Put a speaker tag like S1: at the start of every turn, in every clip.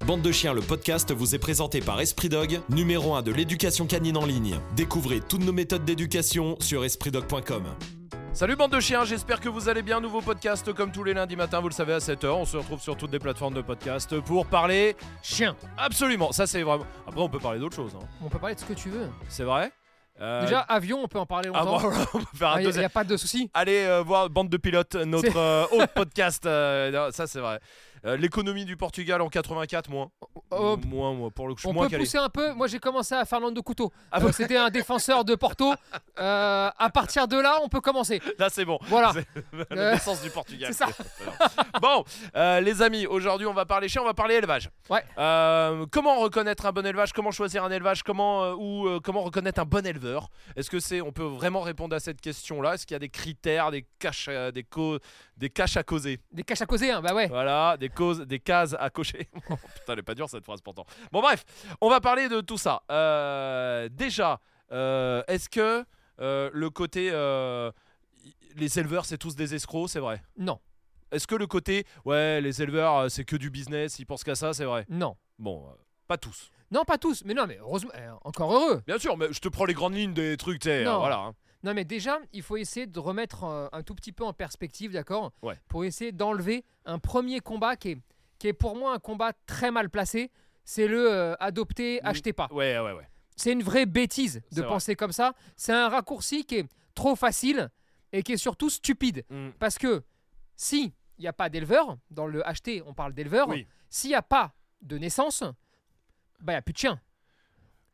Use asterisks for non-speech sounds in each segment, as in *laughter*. S1: Bande de chiens, le podcast vous est présenté par Esprit Dog, numéro 1 de l'éducation canine en ligne. Découvrez toutes nos méthodes d'éducation sur espritdog.com.
S2: Salut bande de chiens, j'espère que vous allez bien. Nouveau podcast comme tous les lundis matins, vous le savez à 7h. On se retrouve sur toutes les plateformes de podcast pour parler
S3: Chien.
S2: absolument. Ça c'est vraiment. Après on peut parler d'autres choses, hein.
S3: On peut parler de ce que tu veux.
S2: c'est vrai. Euh,
S3: Déjà, avion, on peut en parler
S2: ah, bon,
S3: longtemps.
S2: *laughs* on peut faire un
S3: Il
S2: deuxième.
S3: n'y a pas de souci.
S2: Allez euh, voir Bande de
S3: *laughs*
S2: pilotes, notre euh, autre podcast. euh, non, ça c'est vrai. Euh, L'économie du Portugal en 84 moins.
S3: Oh,
S2: moins moi pour le coup. je suis
S3: on
S2: moins
S3: peut
S2: calé.
S3: pousser un peu. Moi, j'ai commencé à Fernando Couto.
S2: Ah
S3: Euh,
S2: bon
S3: C'était un défenseur de
S2: *laughs*
S3: Porto. Euh, à partir de là, on peut commencer.
S2: Là c'est bon.
S3: Voilà.
S2: *laughs* La
S3: Euh,
S2: naissance du Portugal.
S3: c'est ça.
S2: bon, euh, les amis, aujourd'hui on va parler chien, on va parler élevage.
S3: Ouais.
S2: Euh, comment reconnaître un bon élevage Comment choisir un élevage Comment euh, ou euh, comment reconnaître un bon éleveur Est-ce que c'est, on peut vraiment répondre à cette question-là Est-ce qu'il y a des critères, des caches, euh, des causes, des caches à causer
S3: Des caches à causer, hein, bah ouais.
S2: Voilà, des causes, des cases à cocher. *laughs* Bon, putain, elle est pas dure cette phrase pourtant. Bon bref, on va parler de tout ça. Euh, déjà, euh, est-ce que euh, le côté euh, y- les éleveurs c'est tous des escrocs, c'est vrai
S3: Non,
S2: est-ce que le côté, ouais, les éleveurs, euh, c'est que du business, ils pensent qu'à ça, c'est vrai
S3: non.
S2: Bon, euh, pas tous.
S3: Non, pas tous. Mais non, mais heureusement, euh, encore heureux.
S2: Bien sûr, mais je te prends les grandes lignes des trucs, tu sais,
S3: Non.
S2: euh, voilà. hein.
S3: Non, mais déjà, il faut essayer de remettre euh, un tout petit peu en perspective, d'accord
S2: Ouais.
S3: Pour essayer d'enlever un premier combat qui est, qui est pour moi un combat très mal placé. C'est le euh, adopter,
S2: Mm.
S3: achetez pas.
S2: Ouais, ouais, ouais.
S3: C'est une vraie bêtise
S2: C'est
S3: de
S2: vrai.
S3: penser comme ça. C'est un raccourci qui est trop facile et qui est surtout stupide.
S2: Mm.
S3: Parce que si il n'y a pas d'éleveur, dans le acheter, on parle d'éleveur,
S2: Oui.
S3: s'il n'y a pas de naissance, bah, il n'y a plus de chien.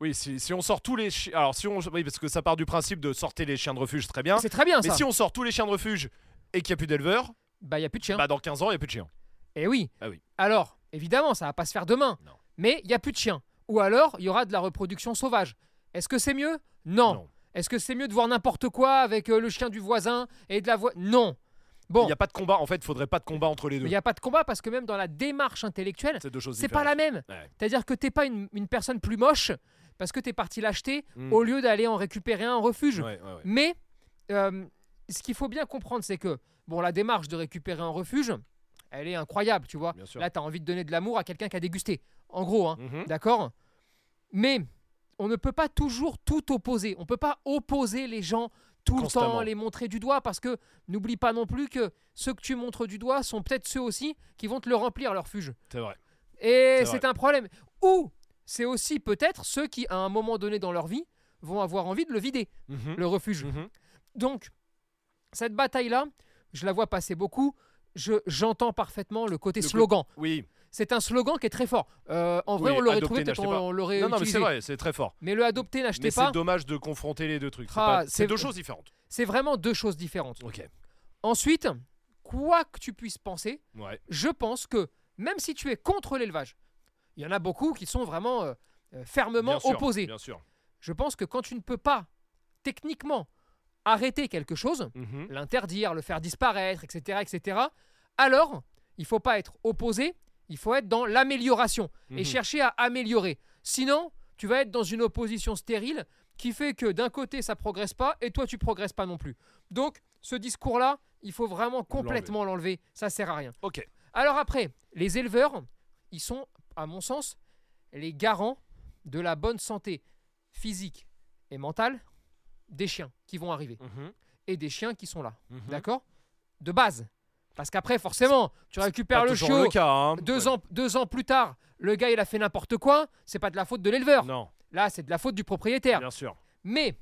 S2: Oui, si, si on sort tous les chiens. Alors, si on. Oui, parce que ça part du principe de sortir les chiens de refuge, très bien.
S3: C'est très bien
S2: Mais
S3: Ah, ça.
S2: si on sort tous les chiens de refuge et qu'il n'y a plus d'éleveurs,
S3: Bah, il n'y a plus de chien.
S2: bah, dans 15 ans, il n'y a plus de chiens.
S3: Eh oui.
S2: Ah oui.
S3: Alors, évidemment, ça va pas se faire demain.
S2: Non.
S3: Mais il y a plus de chiens. Ou alors, il y aura de la reproduction sauvage. Est-ce que c'est mieux Non.
S2: Non.
S3: Est-ce que c'est mieux de voir n'importe quoi avec euh, le chien du voisin et de la voix Non.
S2: Il
S3: Bon,
S2: n'y a pas de combat. En fait, il faudrait pas de combat entre les
S3: mais
S2: deux.
S3: il n'y a pas de combat parce que même dans la démarche intellectuelle,
S2: C'est deux choses
S3: c'est pas la même.
S2: Ouais.
S3: C'est-à-dire que t'es pas une, une personne plus moche parce que t'es parti l'acheter
S2: Mm.
S3: au lieu d'aller en récupérer un en refuge.
S2: Ouais, ouais, ouais.
S3: Mais euh, ce qu'il faut bien comprendre, c'est que bon, la démarche de récupérer un refuge, elle est incroyable, tu vois.
S2: Bien sûr.
S3: Là, tu as envie de donner de l'amour à quelqu'un qui a dégusté, en gros, hein,
S2: Mhm.
S3: d'accord Mais on ne peut pas toujours tout opposer. On peut pas opposer les gens tout le
S2: Constamment.
S3: temps, les montrer du doigt, parce que n'oublie pas non plus que ceux que tu montres du doigt sont peut-être ceux aussi qui vont te le remplir, leur refuge.
S2: C'est vrai.
S3: Et
S2: C'est
S3: c'est un problème. Ou c'est aussi peut-être ceux qui, à un moment donné dans leur vie, vont avoir envie de le vider,
S2: Mhm.
S3: le refuge.
S2: Mhm.
S3: Donc, cette bataille-là, je la vois passer beaucoup. Je J'entends parfaitement le côté
S2: Le co-
S3: slogan.
S2: Oui.
S3: C'est un slogan qui est très fort. Euh, en vrai,
S2: Oui,
S3: on l'aurait
S2: adopter,
S3: trouvé, peut-être
S2: n'achetez
S3: on,
S2: pas.
S3: on l'aurait
S2: Non, non, mais
S3: utilisé.
S2: c'est vrai, c'est très fort.
S3: Mais le adopter, n'acheter
S2: Mais c'est
S3: pas,
S2: dommage de confronter les deux trucs. C'est
S3: Ah,
S2: pas- C'est
S3: c'est-
S2: deux choses différentes.
S3: c'est vraiment deux choses différentes.
S2: Ok.
S3: Ensuite, quoi que tu puisses penser,
S2: Ouais.
S3: je pense que même si tu es contre l'élevage, il y en a beaucoup qui sont vraiment euh, euh, fermement
S2: bien sûr,
S3: opposés.
S2: Bien sûr.
S3: Je pense que quand tu ne peux pas techniquement arrêter quelque chose,
S2: Mhm.
S3: l'interdire, le faire disparaître, etc., etc., alors il faut pas être opposé, il faut être dans l'amélioration et
S2: Mhm.
S3: chercher à améliorer. Sinon, tu vas être dans une opposition stérile qui fait que d'un côté ça progresse pas et toi tu progresses pas non plus. Donc ce discours-là, il faut vraiment complètement l'enlever, ça sert à rien.
S2: Ok.
S3: Alors après, les éleveurs, ils sont, à mon sens, les garants de la bonne santé physique et mentale des chiens qui vont arriver
S2: Mhm.
S3: et des chiens qui sont là.
S2: Mhm.
S3: D'accord De base. Parce qu'après, forcément, tu récupères
S2: Pas
S3: le
S2: toujours
S3: chiot.
S2: le cas, hein.
S3: deux,
S2: Ouais.
S3: ans, deux ans plus tard, le gars, il a fait n'importe quoi. C'est pas de la faute de l'éleveur.
S2: Non,
S3: Là, c'est de la faute du propriétaire.
S2: bien sûr.
S3: Mais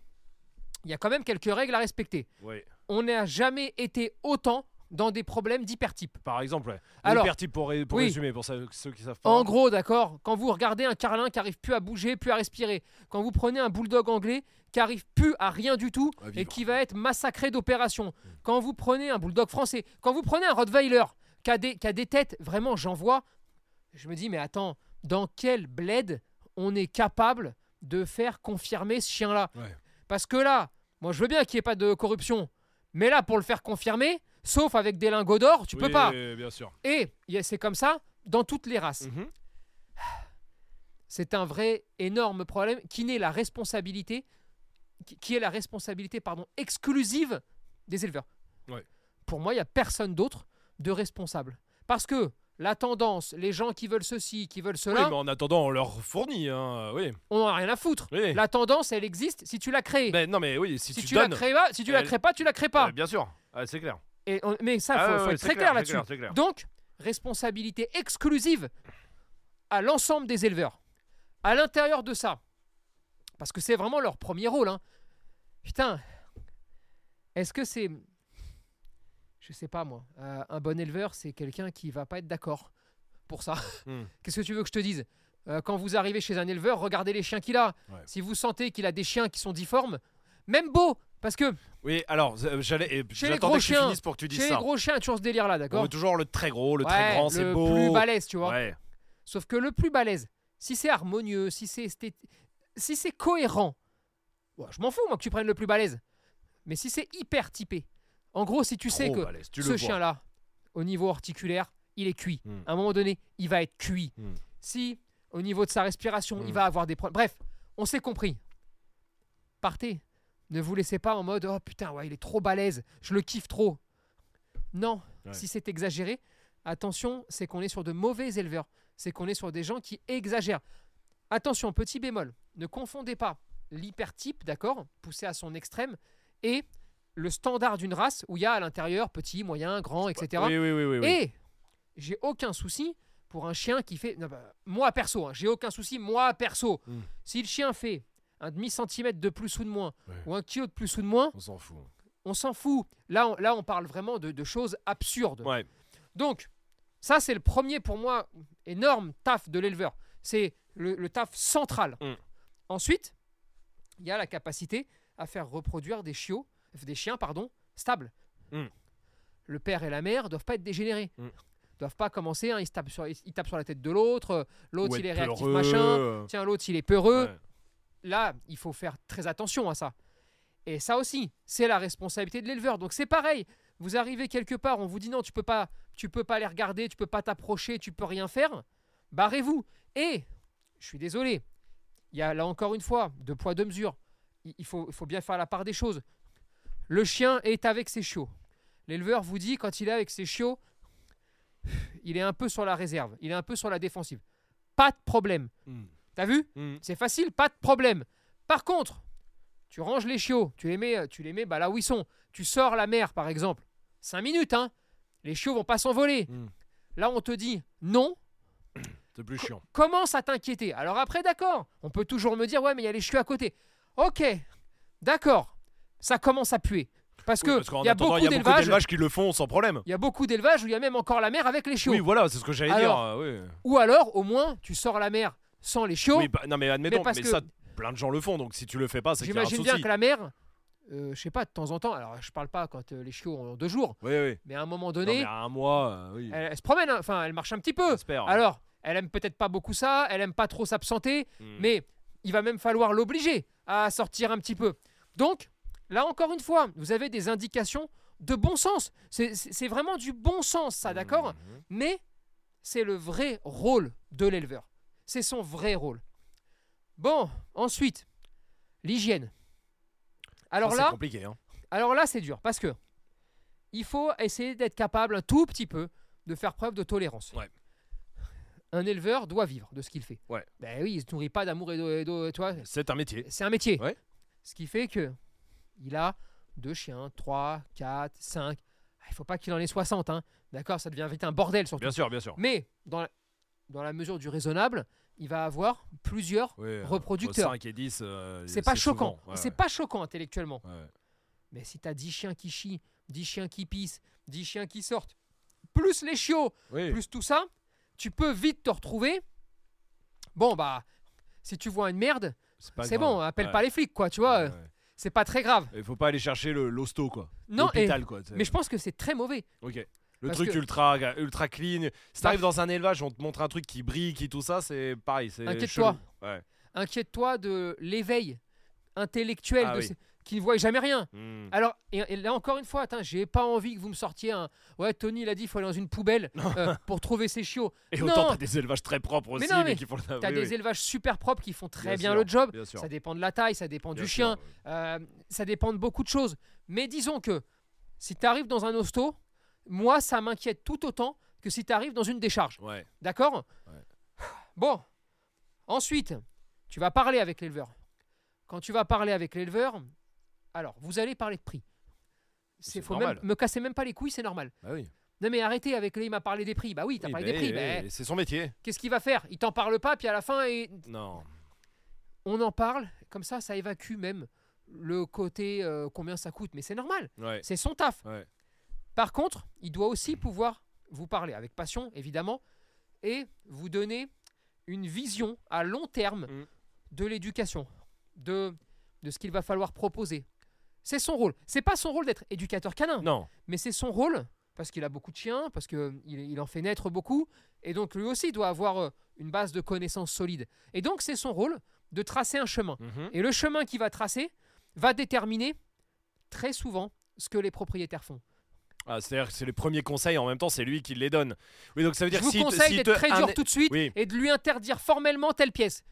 S3: il y a quand même quelques règles à respecter.
S2: Ouais.
S3: On n'a jamais été autant dans des problèmes d'hypertype.
S2: Par exemple, ouais.
S3: Alors-
S2: L'hypertype pour, ré- pour
S3: Oui.
S2: résumer, pour ça- ceux qui savent pas.
S3: En gros, d'accord, quand vous regardez un carlin qui arrive plus à bouger, plus à respirer, quand vous prenez un bulldog anglais qui arrive plus à rien du tout
S2: À vivre.
S3: et qui va être massacré d'opérations, quand vous prenez un bulldog français, quand vous prenez un rottweiler qui a des, qui a des têtes, vraiment, j'en vois, je me dis, mais attends, dans quel bled on est capable de faire confirmer ce chien-là
S2: Ouais.
S3: Parce que là, moi je veux bien qu'il n'y ait pas de corruption, mais là, pour le faire confirmer, sauf avec des lingots d'or, tu
S2: Oui,
S3: peux pas.
S2: Bien sûr.
S3: Et il y a- c'est comme ça dans toutes les races.
S2: Mhm.
S3: c'est un vrai énorme problème qui n'est la responsabilité qui- qui est la responsabilité pardon exclusive des éleveurs.
S2: Ouais.
S3: Pour moi, il y a personne d'autre de responsable parce que la tendance, les gens qui veulent ceci, qui veulent
S2: Oui,
S3: cela,
S2: mais en attendant, on leur fournit. Hein. Oui.
S3: on n'en a rien à foutre.
S2: oui.
S3: La tendance, elle existe si tu la crées.
S2: Mais non, mais oui, si,
S3: si, tu,
S2: donnes.
S3: la crées pas, si tu la
S2: elle-
S3: crées pas, tu la crées pas.
S2: euh, bien sûr, Ah, c'est clair.
S3: Et on- mais ça,
S2: Ah,
S3: faut,
S2: ouais,
S3: faut
S2: ouais,
S3: être
S2: c'est
S3: très clair, là-dessus.
S2: C'est clair,
S3: Donc, responsabilité exclusive à l'ensemble des éleveurs. À l'intérieur de ça, parce que c'est vraiment leur premier rôle. hein. Putain, est-ce que c'est. Je sais pas moi. Euh, un bon éleveur, c'est quelqu'un qui va pas être d'accord pour ça.
S2: Hmm.
S3: *laughs* Qu'est-ce que tu veux que je te dise Euh, Quand vous arrivez chez un éleveur, regardez les chiens qu'il a.
S2: Ouais.
S3: Si vous sentez qu'il a des chiens qui sont difformes, même beaux, parce que
S2: Oui, alors, euh, j'allais. et
S3: Chez les
S2: J'attendais
S3: gros
S2: que tu
S3: chiens,
S2: finisses pour que tu dises
S3: chez les
S2: ça.
S3: gros chiens, tu as ce délire-là,
S2: On
S3: d'accord
S2: veut toujours le très gros, le
S3: Ouais,
S2: très grand, c'est
S3: le
S2: beau.
S3: plus balèze, tu vois.
S2: Ouais.
S3: Sauf que le plus balèze, si c'est harmonieux, si c'est esthé- si c'est cohérent, ouais, je m'en fous moi que tu prennes le plus balèze. Mais si c'est hyper typé, en gros, si tu sais
S2: Trop
S3: que
S2: balèze, bah, tu le
S3: ce
S2: vois.
S3: chien-là, au niveau horticulaire, il est cuit.
S2: Hmm.
S3: À un moment donné, il va être cuit.
S2: Hmm.
S3: Si au niveau de sa respiration,
S2: Hmm.
S3: il va avoir des problèmes. Bref, on s'est compris. Partez. Ne vous laissez pas en mode oh putain ouais il est trop balèze, je le kiffe trop. Non,
S2: Ouais.
S3: si c'est exagéré, attention, c'est qu'on est sur de mauvais éleveurs, c'est qu'on est sur des gens qui exagèrent. Attention, petit bémol, ne confondez pas l'hypertype, d'accord, poussé à son extrême, et le standard d'une race où il y a à l'intérieur petit, moyen, grand, etc.
S2: Oui, oui, oui, oui. oui.
S3: Et j'ai aucun souci pour un chien qui fait. non, bah, moi perso, hein, j'ai aucun souci, moi perso.
S2: Mm.
S3: Si le chien fait un demi-centimètre de plus ou de moins,
S2: Ouais.
S3: ou un kilo de plus ou de moins,
S2: On s'en fout.
S3: on s'en fout. Là, on, là, on parle vraiment de, de choses absurdes.
S2: Ouais.
S3: Donc, ça, c'est le premier pour moi énorme taf de l'éleveur. C'est le, le taf central.
S2: Mm.
S3: Ensuite, il y a la capacité à faire reproduire des chiots, euh, des chiens, pardon, stables.
S2: Mm.
S3: Le père et la mère doivent pas être dégénérés.
S2: Mm.
S3: Doivent pas commencer, hein, ils, se tapent sur, ils tapent sur la tête de l'autre, euh, l'autre
S2: Ou
S3: il est
S2: être
S3: réactif
S2: peureux.
S3: machin, tiens l'autre il est peureux,
S2: Ouais.
S3: là, il faut faire très attention à ça. Et ça aussi, c'est la responsabilité de l'éleveur. Donc c'est pareil. Vous arrivez quelque part, on vous dit non, tu peux pas, tu peux pas les regarder, tu peux pas t'approcher, tu peux rien faire. Barrez-vous. Et je suis désolé. Il y a là encore une fois deux poids deux mesures. Il il faut, il faut bien faire la part des choses. Le chien est avec ses chiots. L'éleveur vous dit quand il est avec ses chiots, il est un peu sur la réserve, il est un peu sur la défensive. Pas de problème.
S2: Mm.
S3: T'as vu
S2: Mm.
S3: c'est facile, pas de problème. Par contre, tu ranges les chiots, tu les mets, tu les mets bah, là où ils sont. Tu sors la mer, par exemple. 5 minutes, hein. Les chiots vont pas s'envoler.
S2: Mm.
S3: Là, on te dit non,
S2: C'est plus chiant.
S3: commence à t'inquiéter. Alors après, d'accord, on peut toujours me dire, ouais, mais il y a les chiots à côté. Ok, d'accord, ça commence à puer. Parce
S2: Oui,
S3: que
S2: parce qu'en
S3: il y a
S2: attendant,
S3: beaucoup
S2: il y a beaucoup
S3: d'élevages,
S2: d'élevages qui le font sans problème.
S3: il y a beaucoup d'élevages où il y a même encore la mer avec les chiots.
S2: Oui, voilà, c'est ce que j'allais dire.
S3: Alors-
S2: euh, Oui.
S3: Ou alors, au moins, tu sors la mer sans les chiots.
S2: Oui, bah, non, mais admettons,
S3: Mais
S2: mais,
S3: parce que-
S2: ça, plein de gens le font, donc si tu le fais pas, c'est qu'il y a un souci.
S3: J'imagine bien que la mère, euh, je sais pas, de temps en temps, alors je parle pas quand euh, les chiots ont deux jours,
S2: Oui, oui.
S3: mais à un moment
S2: Non,
S3: donné,
S2: mais à un mois, euh, oui.
S3: elle, elle se promène, hein, enfin, elle marche un petit peu.
S2: J'espère.
S3: Alors, elle aime peut-être pas beaucoup ça, elle aime pas trop s'absenter,
S2: Mm.
S3: mais il va même falloir l'obliger à sortir un petit peu. Donc, là encore une fois, vous avez des indications de bon sens. C'est- C'est c'est vraiment du bon sens, ça, d'accord
S2: Mhm.
S3: mais c'est le vrai rôle de l'éleveur. C'est son vrai rôle. Bon, ensuite, l'hygiène. Alors
S2: Ça,
S3: là,
S2: c'est compliqué. Hein.
S3: alors là, c'est dur parce que il faut essayer d'être capable un tout petit peu de faire preuve de tolérance.
S2: Ouais.
S3: Un éleveur doit vivre de ce qu'il fait.
S2: Ouais.
S3: Ben oui, il se nourrit pas d'amour et de, et de- tu vois,
S2: C'est un métier.
S3: c'est un métier.
S2: Ouais.
S3: Ce qui fait que il a deux chiens, trois, quatre, cinq. Ah, Il faut pas qu'il en ait 60, hein. D'accord, ça devient vite un bordel surtout.
S2: Bien sûr, bien sûr.
S3: Mais dans la, dans la mesure du raisonnable, il va avoir plusieurs
S2: Oui, euh, entre
S3: reproducteurs.
S2: 5 et 10. euh,
S3: c'est pas choquant.
S2: souvent, ouais,
S3: c'est pas choquant intellectuellement.
S2: ouais, ouais.
S3: Mais si t'as 10 chiens qui chient, 10 chiens qui pissent, 10 chiens qui sortent, plus les chiots,
S2: Oui.
S3: plus tout ça, tu peux vite te retrouver. Bon, bah, si tu vois une merde,
S2: pas
S3: c'est
S2: grave.
S3: bon, appelle
S2: Ouais.
S3: pas les flics, quoi, tu vois,
S2: Ouais,
S3: euh,
S2: ouais.
S3: c'est pas très grave.
S2: Il faut pas aller chercher le- l'hosto, quoi.
S3: Non, et-
S2: L'hôpital, quoi. tu sais.
S3: mais je pense que c'est très mauvais.
S2: Ok. Le
S3: Parce
S2: truc
S3: que-
S2: ultra, ultra clean. Si t'arrives
S3: Bah,
S2: dans un élevage, on te montre un truc qui brille, qui tout ça, c'est pareil. c'est
S3: Inquiète-toi.
S2: chelou. Ouais.
S3: Inquiète-toi de l'éveil intellectuel
S2: Ah
S3: de
S2: oui.
S3: ces- qui ne voient jamais rien.
S2: Mm.
S3: Alors, et, et là encore une fois, attends, j'ai pas envie que vous me sortiez un. Ouais, Tony l'a dit, il faut aller dans
S2: *laughs*
S3: une poubelle euh, pour trouver ses chiots.
S2: Et
S3: non.
S2: autant t'as des élevages très propres aussi,
S3: Mais
S2: mais,
S3: non, mais
S2: qui font le
S3: T'as
S2: oui,
S3: des
S2: oui.
S3: élevages super propres qui font très
S2: Bien
S3: bien,
S2: sûr,
S3: le job.
S2: bien sûr.
S3: Ça dépend de la taille, ça dépend
S2: Bien
S3: du
S2: sûr,
S3: chien,
S2: ouais.
S3: euh, ça dépend de beaucoup de choses. Mais disons que si t'arrives dans un hosto, moi ça m'inquiète tout autant que si tu arrives dans une décharge.
S2: Ouais.
S3: D'accord
S2: Ouais.
S3: Bon. Ensuite, tu vas parler avec l'éleveur. Quand tu vas parler avec l'éleveur, alors, vous allez parler de prix.
S2: C'est
S3: C'est faut
S2: normal.
S3: même me casser même pas les couilles, c'est normal.
S2: Bah oui.
S3: Non mais arrêtez avec les il m'a parlé des prix. Bah oui, t'as
S2: Oui,
S3: parlé
S2: bah
S3: des prix.
S2: oui,
S3: mais
S2: oui, C'est son métier.
S3: Qu'est-ce qu'il va faire Il t'en parle pas, puis à la fin, et
S2: Non.
S3: on en parle. Comme ça, ça évacue même le côté euh, combien ça coûte. Mais c'est normal,
S2: Ouais.
S3: c'est son taf.
S2: Ouais.
S3: Par contre, il doit aussi pouvoir vous parler avec passion, évidemment, et vous donner une vision à long terme
S2: Mm.
S3: de l'éducation, de, de ce qu'il va falloir proposer. C'est son rôle. C'est pas son rôle d'être éducateur canin,
S2: Non.
S3: mais c'est son rôle parce qu'il a beaucoup de chiens, parce qu'il il en fait naître beaucoup, et donc lui aussi doit avoir euh, une base de connaissances solide. Et donc c'est son rôle de tracer un chemin.
S2: Mhm.
S3: Et le chemin qu'il va tracer va déterminer très souvent ce que les propriétaires font.
S2: Ah, C'est-à-dire que c'est les premiers conseils, en même temps, c'est lui qui les donne. Oui, donc ça veut
S3: Je
S2: dire
S3: vous
S2: si,
S3: conseille
S2: si
S3: d'être
S2: te-
S3: très
S2: un-
S3: dur tout de suite
S2: Oui.
S3: et de lui interdire formellement telle pièce.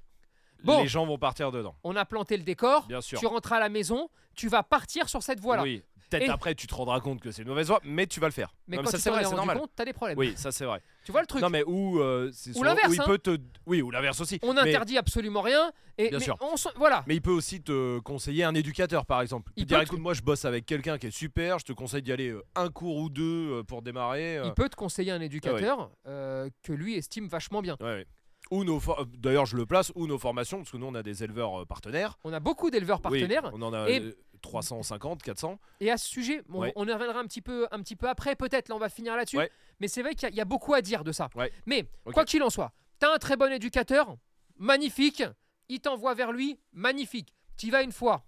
S3: Bon.
S2: les gens vont partir dedans,
S3: On a planté le décor,
S2: bien sûr.
S3: tu rentres à la maison, tu vas partir sur cette voie-là.
S2: Oui, peut-être
S3: Et-
S2: après tu te rendras compte que c'est une mauvaise voie, mais tu vas le faire.
S3: Mais
S2: Non,
S3: quand
S2: ça
S3: tu
S2: c'est
S3: t'en
S2: vrai,
S3: es
S2: c'est
S3: rendu
S2: normal.
S3: compte, t'as des problèmes.
S2: Oui, ça c'est vrai.
S3: Tu vois le eh ben, truc
S2: Non mais où euh, c'est souvent-
S3: l'inverse,
S2: où il
S3: hein.
S2: peut te oui, ou l'inverse aussi.
S3: On
S2: mais,
S3: n'interdit absolument rien. Et,
S2: Bien
S3: mais
S2: sûr.
S3: on s'en- voilà.
S2: mais il peut aussi te conseiller un éducateur par exemple. Il
S3: Il
S2: dire
S3: peut te-
S2: écoute moi je bosse avec quelqu'un qui est super, je te conseille d'y aller euh, un cours ou deux euh, pour démarrer. euh,
S3: Il peut te conseiller un éducateur
S2: Ah
S3: euh, que lui estime vachement bien.
S2: ouais, ouais. Ou nos for- euh, d'ailleurs je le place ou nos formations parce que nous on a des éleveurs euh, partenaires.
S3: On a beaucoup d'éleveurs
S2: Oui,
S3: Ah, partenaires.
S2: on en a
S3: Et-
S2: euh, 350, 400.
S3: Et à ce sujet, on,
S2: Ouais.
S3: on y reviendra un petit peu, un petit peu après, peut-être. Là, on va finir là-dessus.
S2: Ouais.
S3: Mais c'est vrai qu'il y, a- il y a beaucoup à dire de ça.
S2: Ouais.
S3: Mais
S2: Ok.
S3: quoi qu'il en soit, t'as un très bon éducateur, magnifique. Il t'envoie vers lui, magnifique. T'y vas une fois.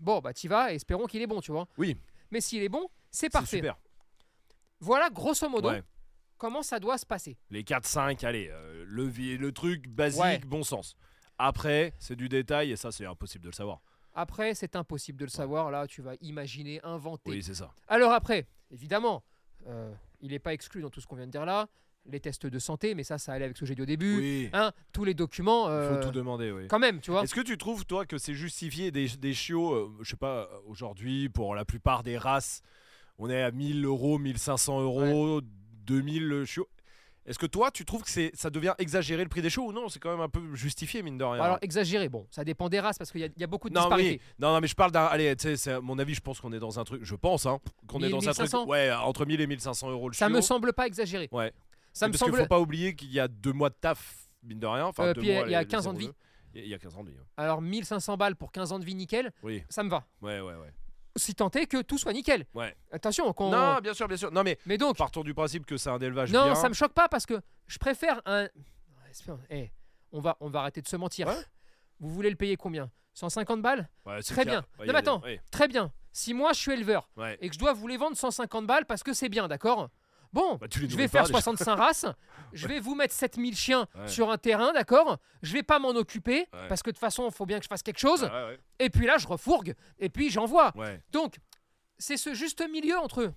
S3: Bon, bah t'y vas. et Espérons qu'il est bon, tu vois.
S2: Oui.
S3: Mais s'il est bon, c'est
S2: C'est
S3: parfait. Oh,
S2: super.
S3: Voilà, grosso modo,
S2: Ouais.
S3: comment ça doit se passer.
S2: Les 4-5, allez, euh, levier, le truc basique,
S3: Ouais.
S2: bon sens. Après, c'est du détail et ça, c'est impossible de le savoir.
S3: Après, c'est impossible de le savoir. Là, tu vas imaginer, inventer.
S2: Oui, c'est ça.
S3: Alors après, évidemment, euh, il n'est pas exclu dans tout ce qu'on vient de dire là. Les tests de santé, mais ça, ça allait avec ce que j'ai dit au début.
S2: Oui,
S3: Hein, tous les documents.
S2: il faut
S3: euh,
S2: tout demander, oui.
S3: Quand même, tu vois.
S2: Est-ce que tu trouves, toi, que c'est justifié des, des chiots, euh, je sais pas, euh, aujourd'hui, pour la plupart des races, on est à 1000 euros, 1500 euros, 2000 chiots Est-ce que toi, tu trouves que c'est, ça devient exagéré le prix des chiots ou non C'est quand même un peu justifié, mine de rien.
S3: Alors exagéré, bon, ça dépend des races parce qu'il y, a- il y a beaucoup de
S2: non, oui.
S3: disparités.
S2: non, non, mais je parle d'un. Allez, tu sais, c'est à mon avis, je pense qu'on est dans un truc. Je pense, hein, qu'on est
S3: 1000,
S2: dans un
S3: 1500.
S2: truc. Ouais, entre 1000 et 1500 euros le
S3: Ça
S2: chiot.
S3: me semble pas exagéré.
S2: Ouais.
S3: Ça me
S2: parce qu'il
S3: semble.
S2: faut pas oublier qu'il y a deux mois de taf, mine de rien. Enfin,
S3: Euh,
S2: deux
S3: puis il y a-
S2: mois,
S3: il y a
S2: les- les
S3: 15 ans de
S2: 0,2. Il y a- il y a 15 ans de vie. hein. ouais.
S3: Alors 1500 balles pour 15 ans de vie, nickel,
S2: Oui,
S3: ça me va.
S2: ouais, ouais, ouais.
S3: Si tant est que tout soit nickel.
S2: Ouais.
S3: Attention, qu'on.
S2: Non, bien sûr, bien sûr. Non, mais
S3: Mais donc,
S2: partons du principe que c'est un élevage
S3: non,
S2: bien.
S3: ça me choque pas parce que je préfère un. Eh, on va, on va arrêter de se mentir.
S2: Ouais.
S3: Vous voulez le payer combien 150 balles
S2: Ouais, c'est
S3: Très
S2: clair. Ouais,
S3: bien. Non,
S2: il y a
S3: mais attends.
S2: des- ouais,
S3: Très bien. Si moi je suis éleveur
S2: ouais.
S3: et que je dois vous les vendre 150 balles parce que c'est bien, d'accord Bon,
S2: Bah, tu les
S3: je
S2: nourris
S3: vais
S2: pas,
S3: faire
S2: déjà.
S3: 65 races,
S2: *laughs*
S3: je vais vous mettre 7000 chiens
S2: Ouais.
S3: sur un terrain, d'accord Je vais pas m'en occuper
S2: Ouais.
S3: parce que de toute façon, il faut bien que je fasse quelque chose.
S2: Ah, ouais,
S3: Et puis là, je refourgue et puis j'envoie.
S2: ouais. Ouais.
S3: Donc, c'est ce juste milieu entre eux.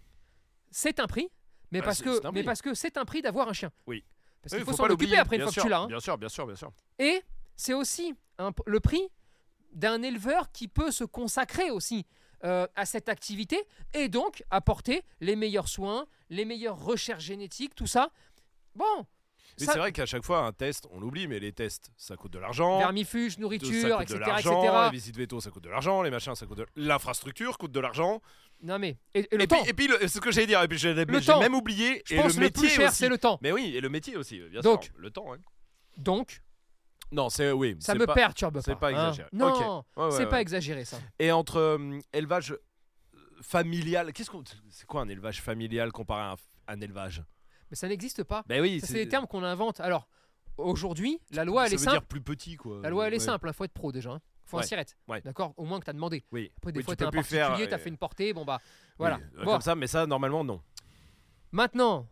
S3: C'est un prix, mais
S2: Bah,
S3: parce
S2: c'est-
S3: que
S2: c'est un
S3: mais
S2: prix.
S3: parce que c'est un prix d'avoir un chien.
S2: Oui.
S3: Parce
S2: Oui,
S3: qu'il faut,
S2: pas
S3: s'en occuper
S2: l'oublier,
S3: après une
S2: bien
S3: fois
S2: sûr,
S3: que tu l'as. hein.
S2: Bien sûr, bien sûr, bien sûr.
S3: Et c'est aussi un p- le prix d'un éleveur qui peut se consacrer aussi euh, à cette activité et donc apporter les meilleurs soins, les meilleures recherches génétiques, tout ça. Bon,
S2: Mais
S3: ça-
S2: c'est vrai qu'à chaque fois, un test, on l'oublie, mais les tests, ça coûte de l'argent.
S3: vermifuge,
S2: Tout ça
S3: nourriture,
S2: coûte de
S3: etc.,
S2: l'argent,
S3: etc.
S2: les visites veto ça coûte de l'argent, les machins ça coûte de l'infrastructure coûte de l'argent.
S3: Non mais et, et le
S2: et,
S3: temps.
S2: puis, et puis le- c'est ce que j'allais dire, et puis j'ai
S3: Le
S2: j'ai
S3: temps.
S2: même oublié
S3: je
S2: et
S3: pense
S2: le
S3: le,
S2: métier
S3: plus cher,
S2: aussi.
S3: c'est le temps.
S2: Mais oui, et le métier aussi, bien
S3: Donc-
S2: sûr, le temps. hein.
S3: Donc,
S2: Non, c'est oui,
S3: ça
S2: c'est
S3: me
S2: pas-
S3: perturbe pas.
S2: c'est pas
S3: hein.
S2: exagéré.
S3: Non,
S2: Ok. Ouais, ouais,
S3: c'est
S2: ouais.
S3: pas exagéré ça.
S2: Et entre euh, élevage euh, familial, qu'est-ce qu'on, c'est quoi un élevage familial comparé à un, un élevage
S3: Mais ça n'existe pas.
S2: Ben oui,
S3: Ça, C'est des termes qu'on invente. Alors aujourd'hui, la loi elle
S2: ça
S3: est
S2: veut
S3: simple.
S2: dire plus petit quoi.
S3: La loi, elle est
S2: Ouais.
S3: simple, il faut être pro déjà. hein. faut
S2: Ouais,
S3: un sirette.
S2: ouais.
S3: D'accord Au moins que tu as demandé.
S2: Oui.
S3: Après, des
S2: Oui,
S3: fois,
S2: tu
S3: tu as
S2: peux
S3: un
S2: plus faire,
S3: particulier, tu as
S2: euh,
S3: fait une portée, bon bah voilà.
S2: oui, euh,
S3: Bon,
S2: Comme ça, mais ça normalement non.
S3: Maintenant,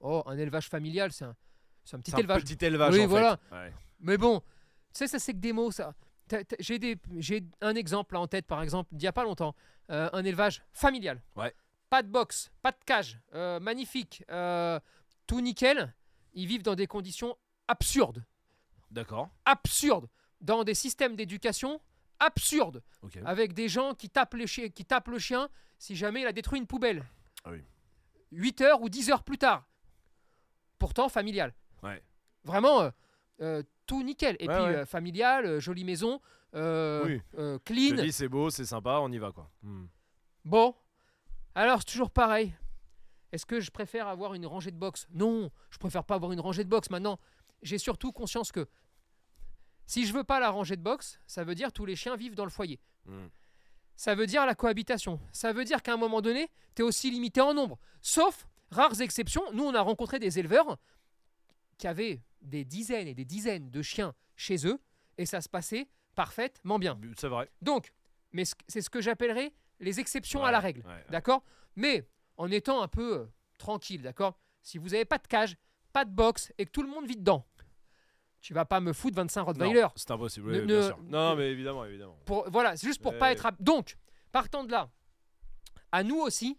S3: oh, un élevage familial, c'est un, c'est un petit
S2: C'est un
S3: élevage.
S2: Petit élevage.
S3: Oui,
S2: en fait.
S3: voilà.
S2: Ouais.
S3: Mais bon, tu sais, ça, c'est que des mots, ça. T'as- t'as- J'ai, des, j'ai un exemple là en tête, par exemple, d'il n'y a pas longtemps. Euh, un élevage familial.
S2: Ouais.
S3: Pas de box, pas de cage, euh, magnifique, euh, tout nickel. Ils vivent dans des conditions absurdes.
S2: D'accord.
S3: Absurdes. Dans des systèmes d'éducation absurdes.
S2: Ok.
S3: avec des gens qui tapent, les chi- qui tapent le chien si jamais il a détruit une poubelle.
S2: Ah oui.
S3: 8 heures ou 10 heures plus tard. pourtant familial.
S2: Ouais.
S3: Vraiment, euh, euh, tout nickel. Et
S2: Ouais,
S3: puis
S2: ouais.
S3: euh, familial, euh, jolie maison, euh,
S2: Oui.
S3: euh,
S2: Je
S3: clean.
S2: te dis, c'est beau, c'est sympa, on y va quoi. Hmm.
S3: Bon, alors c'est toujours pareil. Est-ce que je préfère avoir une rangée de box Non, je préfère pas avoir une rangée de box. Maintenant, j'ai surtout conscience que si je veux pas la rangée de box, ça veut dire tous les chiens vivent dans le foyer.
S2: Mm.
S3: Ça veut dire la cohabitation. Ça veut dire qu'à un moment donné, tu es aussi limité en nombre. Sauf rares exceptions. Nous, on a rencontré des éleveurs qui avaient des dizaines et des dizaines de chiens chez eux et ça se passait parfaitement bien.
S2: C'est vrai.
S3: Donc, mais ce- c'est ce que j'appellerais les exceptions à
S2: Ouais,
S3: la règle.
S2: ouais, ouais.
S3: D'accord Mais en étant un peu euh, tranquille, d'accord Si vous n'avez pas de cage, pas de box et que tout le monde vit dedans, tu vas pas me foutre 25 Rottweiler.
S2: Non, C'est impossible,
S3: Ne-
S2: oui, bien
S3: ne-
S2: sûr. Non, non, mais évidemment, évidemment.
S3: Pour, voilà, c'est juste pour
S2: Ouais,
S3: pas
S2: ouais.
S3: être. à- Donc, partant de là, à nous aussi,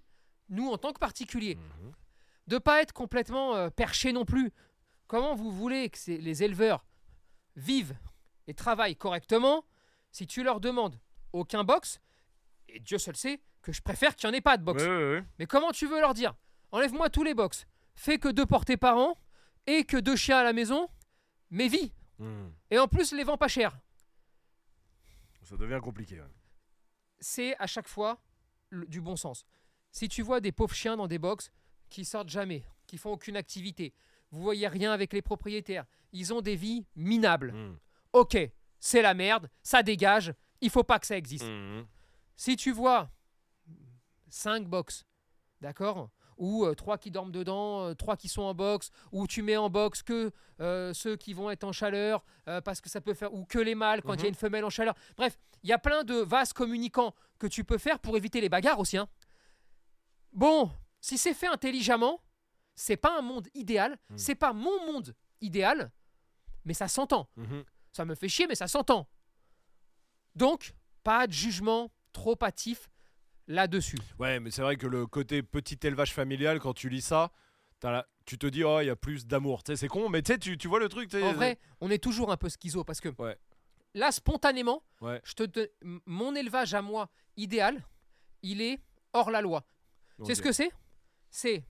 S3: nous en tant que particuliers,
S2: Mhm.
S3: de pas être complètement euh, perchés non plus. Comment vous voulez que ces- les éleveurs vivent et travaillent correctement si tu leur demandes aucun box Et Dieu seul sait que je préfère qu'il n'y en ait pas de box.
S2: Ouais, ouais, ouais.
S3: Mais comment tu veux leur dire Enlève-moi tous les box, fais que deux portées par an et que deux chiens à la maison, mais vis.
S2: Hmm.
S3: Et en plus, les vends pas cher.
S2: Ça devient compliqué. ouais.
S3: C'est à chaque fois le- du bon sens. Si tu vois des pauvres chiens dans des box qui sortent jamais, qui font aucune activité, vous voyez rien avec les propriétaires, ils ont des vies minables.
S2: Hmm.
S3: Ok, c'est la merde, ça dégage, il faut pas que ça existe.
S2: Hmm.
S3: Si tu vois 5 box, d'accord Ou 3 qui dorment dedans, 3 qui sont en box, ou tu mets en box que euh, ceux qui vont être en chaleur, euh, parce que ça peut faire, ou que les mâles quand il y
S2: Mhm.
S3: a une femelle en chaleur. Bref, il y a plein de vases communicants que tu peux faire pour éviter les bagarres aussi. hein. Bon, si c'est fait intelligemment, c'est pas un monde idéal,
S2: Mhm.
S3: c'est pas mon monde idéal, mais ça s'entend.
S2: Mhm.
S3: Ça me fait chier, mais ça s'entend. Donc, pas de jugement trop hâtif là-dessus.
S2: Ouais, mais c'est vrai que le côté petit élevage familial, quand tu lis ça, t'as la- tu te dis, oh, il y a plus d'amour. Tu sais, c'est con, mais tu sais, tu tu vois le truc. tu sais,
S3: En vrai, on est toujours un peu schizo parce que
S2: Ouais.
S3: là, spontanément,
S2: Ouais.
S3: je te, don- m- mon élevage à moi idéal, il est hors la loi.
S2: Donc,
S3: C'est ce que c'est C'est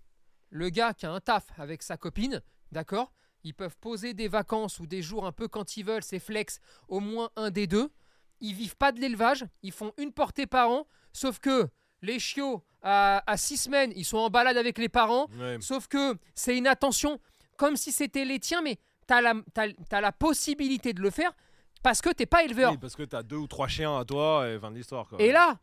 S3: le gars qui a un taf avec sa copine, d'accord Ils peuvent poser des vacances ou des jours un peu quand ils veulent, c'est flex, au moins un des deux. Ils vivent pas de l'élevage, ils font une portée par an, sauf que les chiots, à, à six semaines, ils sont en balade avec les parents,
S2: Ouais.
S3: sauf que c'est une attention, comme si c'était les tiens, mais t'as la, t'as- t'as la possibilité de le faire parce que t'es pas éleveur.
S2: Oui, parce que t'as deux ou trois chiens à toi et fin de l'histoire. quoi.
S3: Et là,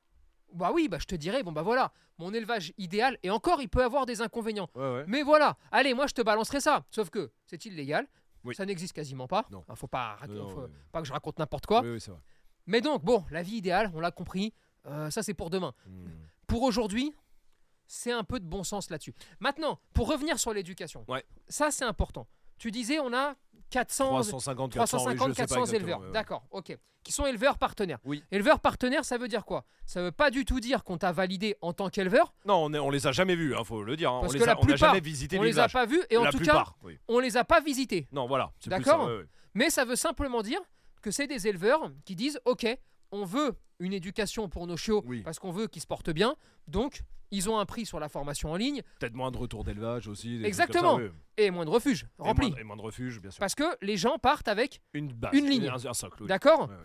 S3: bah oui, bah je te dirais, bon bah voilà, mon élevage idéal, et encore, il peut avoir des inconvénients.
S2: Ouais, ouais.
S3: Mais voilà, allez, moi je te balancerai ça. Sauf que c'est illégal,
S2: Oui.
S3: ça n'existe quasiment pas.
S2: Non.
S3: Hein, faut pas, rac-
S2: Non,
S3: faut
S2: ouais.
S3: pas que je raconte n'importe quoi.
S2: Oui, oui, c'est vrai.
S3: Mais donc, bon, la vie idéale, on l'a compris, euh, ça c'est pour demain.
S2: Hmm.
S3: Pour aujourd'hui, c'est un peu de bon sens là-dessus. Maintenant, pour revenir sur l'éducation,
S2: Ouais.
S3: ça c'est important. Tu disais, on a 400,
S2: 350, 400, oui,
S3: 350,
S2: je sais pas
S3: 400
S2: exactement,
S3: éleveurs.
S2: mais ouais.
S3: D'accord, ok. Qui sont éleveurs partenaires.
S2: Oui.
S3: Éleveurs partenaires, ça veut dire quoi Ça veut pas du tout dire qu'on t'a validé en tant qu'éleveur.
S2: Non, on, est- on les a jamais vus, hein, faut le dire. hein.
S3: Parce
S2: on
S3: que
S2: les a,
S3: la
S2: on n'a
S3: plupart,
S2: jamais visité
S3: On les a
S2: l'élevage.
S3: pas vus et en
S2: La
S3: tout cas,
S2: plupart, oui.
S3: on les a pas visités.
S2: Non, voilà. c'est plus
S3: D'accord
S2: ça, ouais, ouais.
S3: Mais ça veut simplement dire que c'est des éleveurs qui disent Ok, on veut une éducation pour nos chiots
S2: Oui.
S3: parce qu'on veut qu'ils se portent bien. Donc, ils ont un prix sur la formation en ligne
S2: Peut-être moins de retour d'élevage aussi. des trucs
S3: Exactement.
S2: comme ça, ouais.
S3: et moins de refuges
S2: Et
S3: remplis.
S2: moins de- Et moins de refuge, bien sûr.
S3: Parce que les gens partent avec,
S2: Une base.
S3: une ligne.
S2: Un, un socle, oui.
S3: d'accord
S2: Ouais, ouais.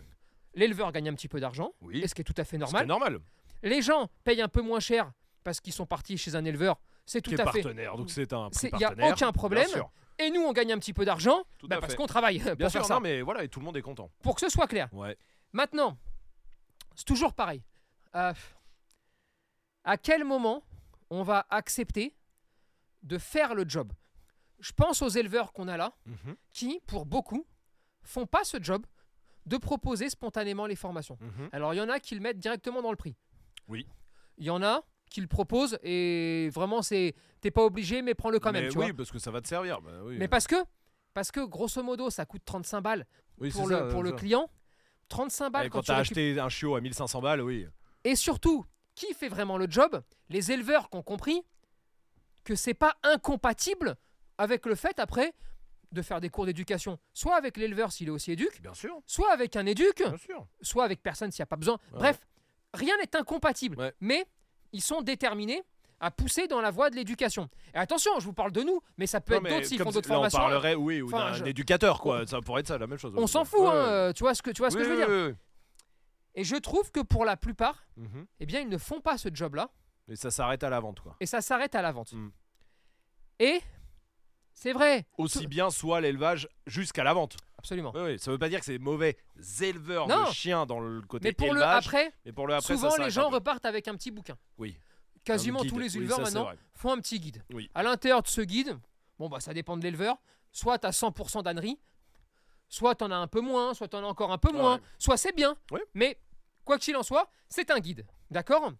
S3: L'éleveur gagne un petit peu d'argent,
S2: Oui,
S3: et ce qui est tout à fait
S2: ce qui est
S3: normal.
S2: normal.
S3: Les gens payent un peu moins cher parce qu'ils sont partis chez un éleveur, c'est tout
S2: qui est
S3: à fait.
S2: partenaire, donc c'est un prix
S3: C'est- y a
S2: partenaire,
S3: aucun
S2: bien
S3: problème.
S2: sûr.
S3: Et nous, on gagne un petit peu d'argent
S2: Tout
S3: bah,
S2: à
S3: parce
S2: fait.
S3: qu'on travaille
S2: Bien
S3: pour
S2: sûr,
S3: faire ça.
S2: non, mais voilà, et tout le monde est content.
S3: Pour que ce soit clair.
S2: Ouais.
S3: Maintenant, c'est toujours pareil. Euh, à quel moment on va accepter de faire le job Je pense aux éleveurs qu'on a là,
S2: Mhm,
S3: qui, pour beaucoup, font pas ce job de proposer spontanément les formations.
S2: mhm.
S3: Alors, il y en a qui le mettent directement dans le prix.
S2: Oui.
S3: Il y en a qui le proposent et vraiment, c'est t'es pas obligé, mais prends-le quand même.
S2: Mais
S3: tu
S2: oui,
S3: vois.
S2: parce que ça va te servir. bah oui,
S3: Mais parce que, parce que, grosso modo, ça coûte 35 balles
S2: oui,
S3: pour,
S2: c'est
S3: le,
S2: ça,
S3: pour le
S2: ça.
S3: client. 35 balles
S2: Et quand
S3: tu
S2: t'as
S3: récupères-
S2: acheté un chiot à 1500 balles, oui.
S3: Et surtout, qui fait vraiment le job Les éleveurs qui ont compris que c'est pas incompatible avec le fait après de faire des cours d'éducation, soit avec l'éleveur s'il est aussi éduque,
S2: Bien sûr,
S3: soit avec un éduc,
S2: bien sûr.
S3: soit avec personne s'il n'y a pas besoin. Bref, rien n'est incompatible.
S2: Ouais.
S3: Mais ils sont déterminés à pousser dans la voie de l'éducation. Et attention, je vous parle de nous, mais ça peut
S2: Non,
S3: être
S2: mais
S3: d'autres s'ils
S2: comme
S3: font
S2: si-
S3: d'autres
S2: là, on
S3: formations.
S2: parlerait, oui, ou
S3: Enfin,
S2: d'un
S3: je-
S2: éducateur, quoi. Ça pourrait être ça, la même chose.
S3: On s'en fout,
S2: Ouais,
S3: hein,
S2: ouais.
S3: euh, tu vois ce que, tu vois ce que
S2: Oui,
S3: je veux
S2: oui,
S3: dire.
S2: oui,
S3: Et je trouve que pour la plupart,
S2: oui. Mhm.
S3: eh bien, ils ne font pas ce job-là
S2: Et ça s'arrête à la vente, quoi.
S3: et ça s'arrête à la vente.
S2: Mm.
S3: Et c'est vrai,
S2: Aussi bien soit l'élevage jusqu'à la vente.
S3: absolument.
S2: Oui, oui. Ça veut pas dire que c'est mauvais éleveurs
S3: Non.
S2: de chiens dans le côté
S3: Mais pour le
S2: élevage.
S3: après,
S2: mais pour le après, ça
S3: souvent les
S2: s'arrête
S3: gens
S2: un peu.
S3: repartent avec un petit bouquin.
S2: Oui.
S3: Quasiment
S2: Un guide.
S3: tous les
S2: Oui,
S3: éleveurs
S2: ça, c'est
S3: maintenant
S2: vrai.
S3: font un petit guide.
S2: Oui.
S3: À l'intérieur de ce guide, bon bah ça dépend de l'éleveur, soit tu as 100% d'ânerie, soit tu en as un peu moins, soit tu en as encore un peu
S2: Ouais,
S3: moins,
S2: ouais.
S3: soit c'est bien.
S2: Ouais.
S3: Mais quoi qu'il en soit, c'est un guide. D'accord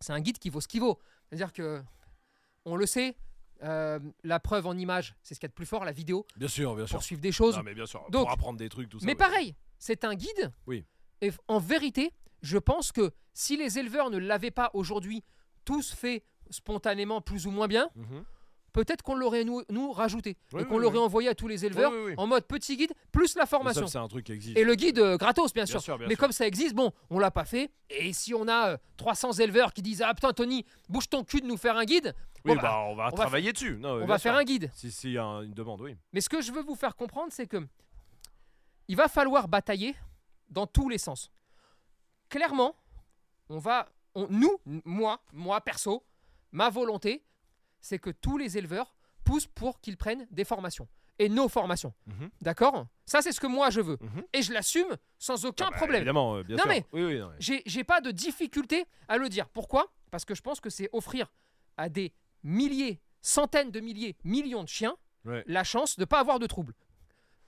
S3: C'est un guide qui vaut ce qu'il vaut. C'est-à-dire que on le sait, euh, la preuve en image, c'est ce qu'il y a de plus fort, la vidéo,
S2: Bien sûr, bien sûr.
S3: pour suivre des choses.
S2: Non, mais bien sûr.
S3: Donc-
S2: pour apprendre des trucs, tout ça.
S3: Mais
S2: oui.
S3: pareil, c'est un guide.
S2: Oui.
S3: Et f- en vérité, je pense que si les éleveurs ne l'avaient pas aujourd'hui tous fait spontanément plus ou moins bien,
S2: Mhm.
S3: peut-être qu'on l'aurait nous, nous rajouté
S2: Oui,
S3: et qu'on
S2: oui,
S3: l'aurait
S2: oui.
S3: envoyé à tous les éleveurs
S2: Oui, oui, oui.
S3: en mode petit guide plus
S2: Mais
S3: la
S2: ça,
S3: formation.
S2: C'est un truc qui existe.
S3: Et le guide euh, gratos, bien,
S2: Bien sûr, bien
S3: Mais
S2: sûr.
S3: comme ça existe, bon, on l'a pas fait. Et si on a euh, 300 éleveurs qui disent Ah putain, Tony, bouge ton cul de nous faire un guide,
S2: Oui,
S3: Bon, bah,
S2: bah, on va
S3: on va
S2: travailler dessus. Non,
S3: on
S2: bien
S3: va
S2: sûr.
S3: faire un guide.
S2: Si, si, y a un- une demande, oui.
S3: Mais ce que je veux vous faire comprendre, c'est que il va falloir batailler dans tous les sens. Clairement, on va, on- nous, n- moi, moi perso, ma volonté, c'est que tous les éleveurs poussent pour qu'ils prennent des formations et nos formations.
S2: Mhm.
S3: D'accord Ça, c'est ce que moi je veux
S2: Mhm.
S3: et je l'assume sans aucun
S2: Bah,
S3: problème.
S2: Évidemment, euh, bien
S3: Non,
S2: sûr.
S3: mais-
S2: Oui, oui, non, mais-
S3: J'ai j'ai pas de difficulté à le dire. Pourquoi Parce que je pense que c'est offrir à des milliers, centaines de milliers, millions de chiens
S2: Ouais.
S3: la chance de pas avoir de troubles.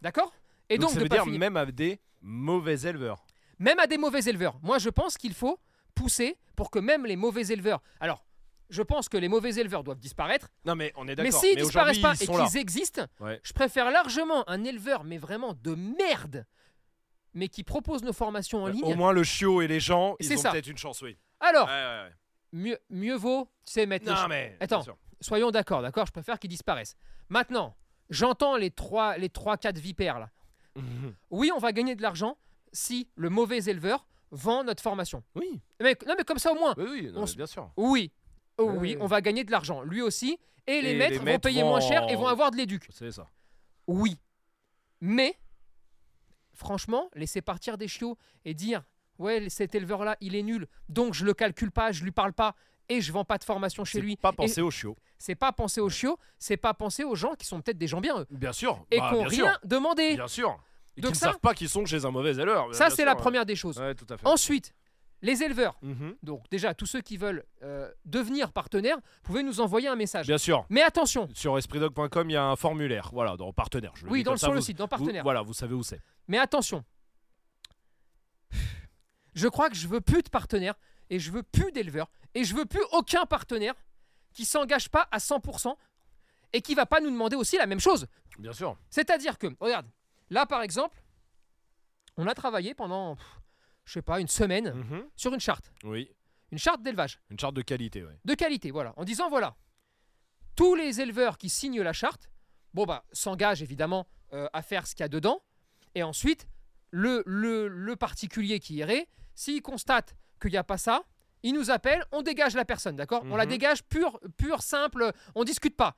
S3: D'accord Et donc,
S2: ça
S3: de
S2: veut
S3: pas
S2: dire
S3: finir-
S2: même à des mauvais éleveurs.
S3: même à des mauvais éleveurs. Moi, je pense qu'il faut pousser pour que même les mauvais éleveurs. Alors, je pense que les mauvais éleveurs doivent disparaître,
S2: Non mais on est
S3: mais
S2: d'accord.
S3: s'ils disparaissent
S2: aujourd'hui,
S3: pas
S2: ils
S3: et
S2: sont là.
S3: qu'ils existent,
S2: Ouais.
S3: je préfère largement un éleveur, mais vraiment de merde, mais qui propose nos formations en ligne.
S2: Euh, Au moins le chiot et les gens,
S3: Et
S2: ils
S3: c'est
S2: ont
S3: ça.
S2: peut-être une chance, oui.
S3: Alors,
S2: Ouais, ouais, ouais.
S3: mieux, mieux vaut, tu sais, mettre les
S2: Non
S3: chi-
S2: mais.
S3: Attends.
S2: bien sûr.
S3: Soyons d'accord, d'accord, je préfère qu'ils disparaissent. Maintenant, j'entends les 3 les 3 4 vipères là.
S2: Mhm.
S3: Oui, on va gagner de l'argent si le mauvais éleveur vend notre formation.
S2: Oui.
S3: Mais, non mais comme ça au moins.
S2: Oui, oui. non,
S3: On
S2: mais
S3: se-
S2: bien sûr.
S3: Oui. Oh
S2: Ouais,
S3: oui,
S2: ouais.
S3: on va gagner de l'argent lui aussi et les
S2: Euh. Et
S3: maîtres
S2: les
S3: vont
S2: maîtres
S3: payer
S2: vont
S3: moins
S2: en-
S3: cher et vont avoir de l'éduc.
S2: C'est ça.
S3: Oui. Mais franchement, laisser partir des chiots et dire ouais, cet éleveur là, il est nul, donc je le calcule pas, je lui parle pas et je vends pas de formation chez
S2: C'est
S3: lui.
S2: Pas
S3: Et-
S2: penser aux chiots.
S3: c'est pas penser aux chiots, c'est pas penser aux gens qui sont peut-être des gens bien eux
S2: Bien sûr.
S3: et
S2: bah,
S3: qui ont
S2: bien sûr.
S3: rien demandé.
S2: Bien sûr. Et qu'ils
S3: Donc
S2: ne
S3: ça-
S2: savent pas qu'ils sont chez un mauvais éleveur. bien
S3: Ça c'est
S2: sûr,
S3: la
S2: ouais.
S3: première des choses.
S2: Ouais, tout à fait.
S3: Ensuite, les éleveurs.
S2: Mhm.
S3: Donc déjà tous ceux qui veulent euh, devenir partenaires, pouvez nous envoyer un message.
S2: Bien sûr.
S3: Mais attention,
S2: Sur espritdog.com, il y a un formulaire. Voilà, dans partenaire. Je le
S3: oui,
S2: dis
S3: dans
S2: comme
S3: le,
S2: ça,
S3: sur le
S2: vous-
S3: site, dans
S2: vous-
S3: partenaires.
S2: Voilà, vous savez où c'est.
S3: Mais attention, je crois que je veux plus de partenaires et je veux plus d'éleveurs et je veux plus aucun partenaire qui s'engage pas à 100% et qui va pas nous demander aussi la même chose.
S2: Bien sûr.
S3: C'est-à-dire que, regarde, là par exemple, on a travaillé pendant, pff, je sais pas, une semaine
S2: Mhm.
S3: sur une charte,
S2: Oui.
S3: une charte d'élevage,
S2: Une charte de qualité, ouais.
S3: de qualité, voilà, en disant voilà, tous les éleveurs qui signent la charte, bon bah, s'engagent évidemment euh, à faire ce qu'il y a dedans, et ensuite, le, le, le particulier qui irait, s'il constate qu'il n'y a pas ça, il nous appelle, on dégage la personne, d'accord On la
S2: Mhm.
S3: dégage pure, pure, simple, on discute pas.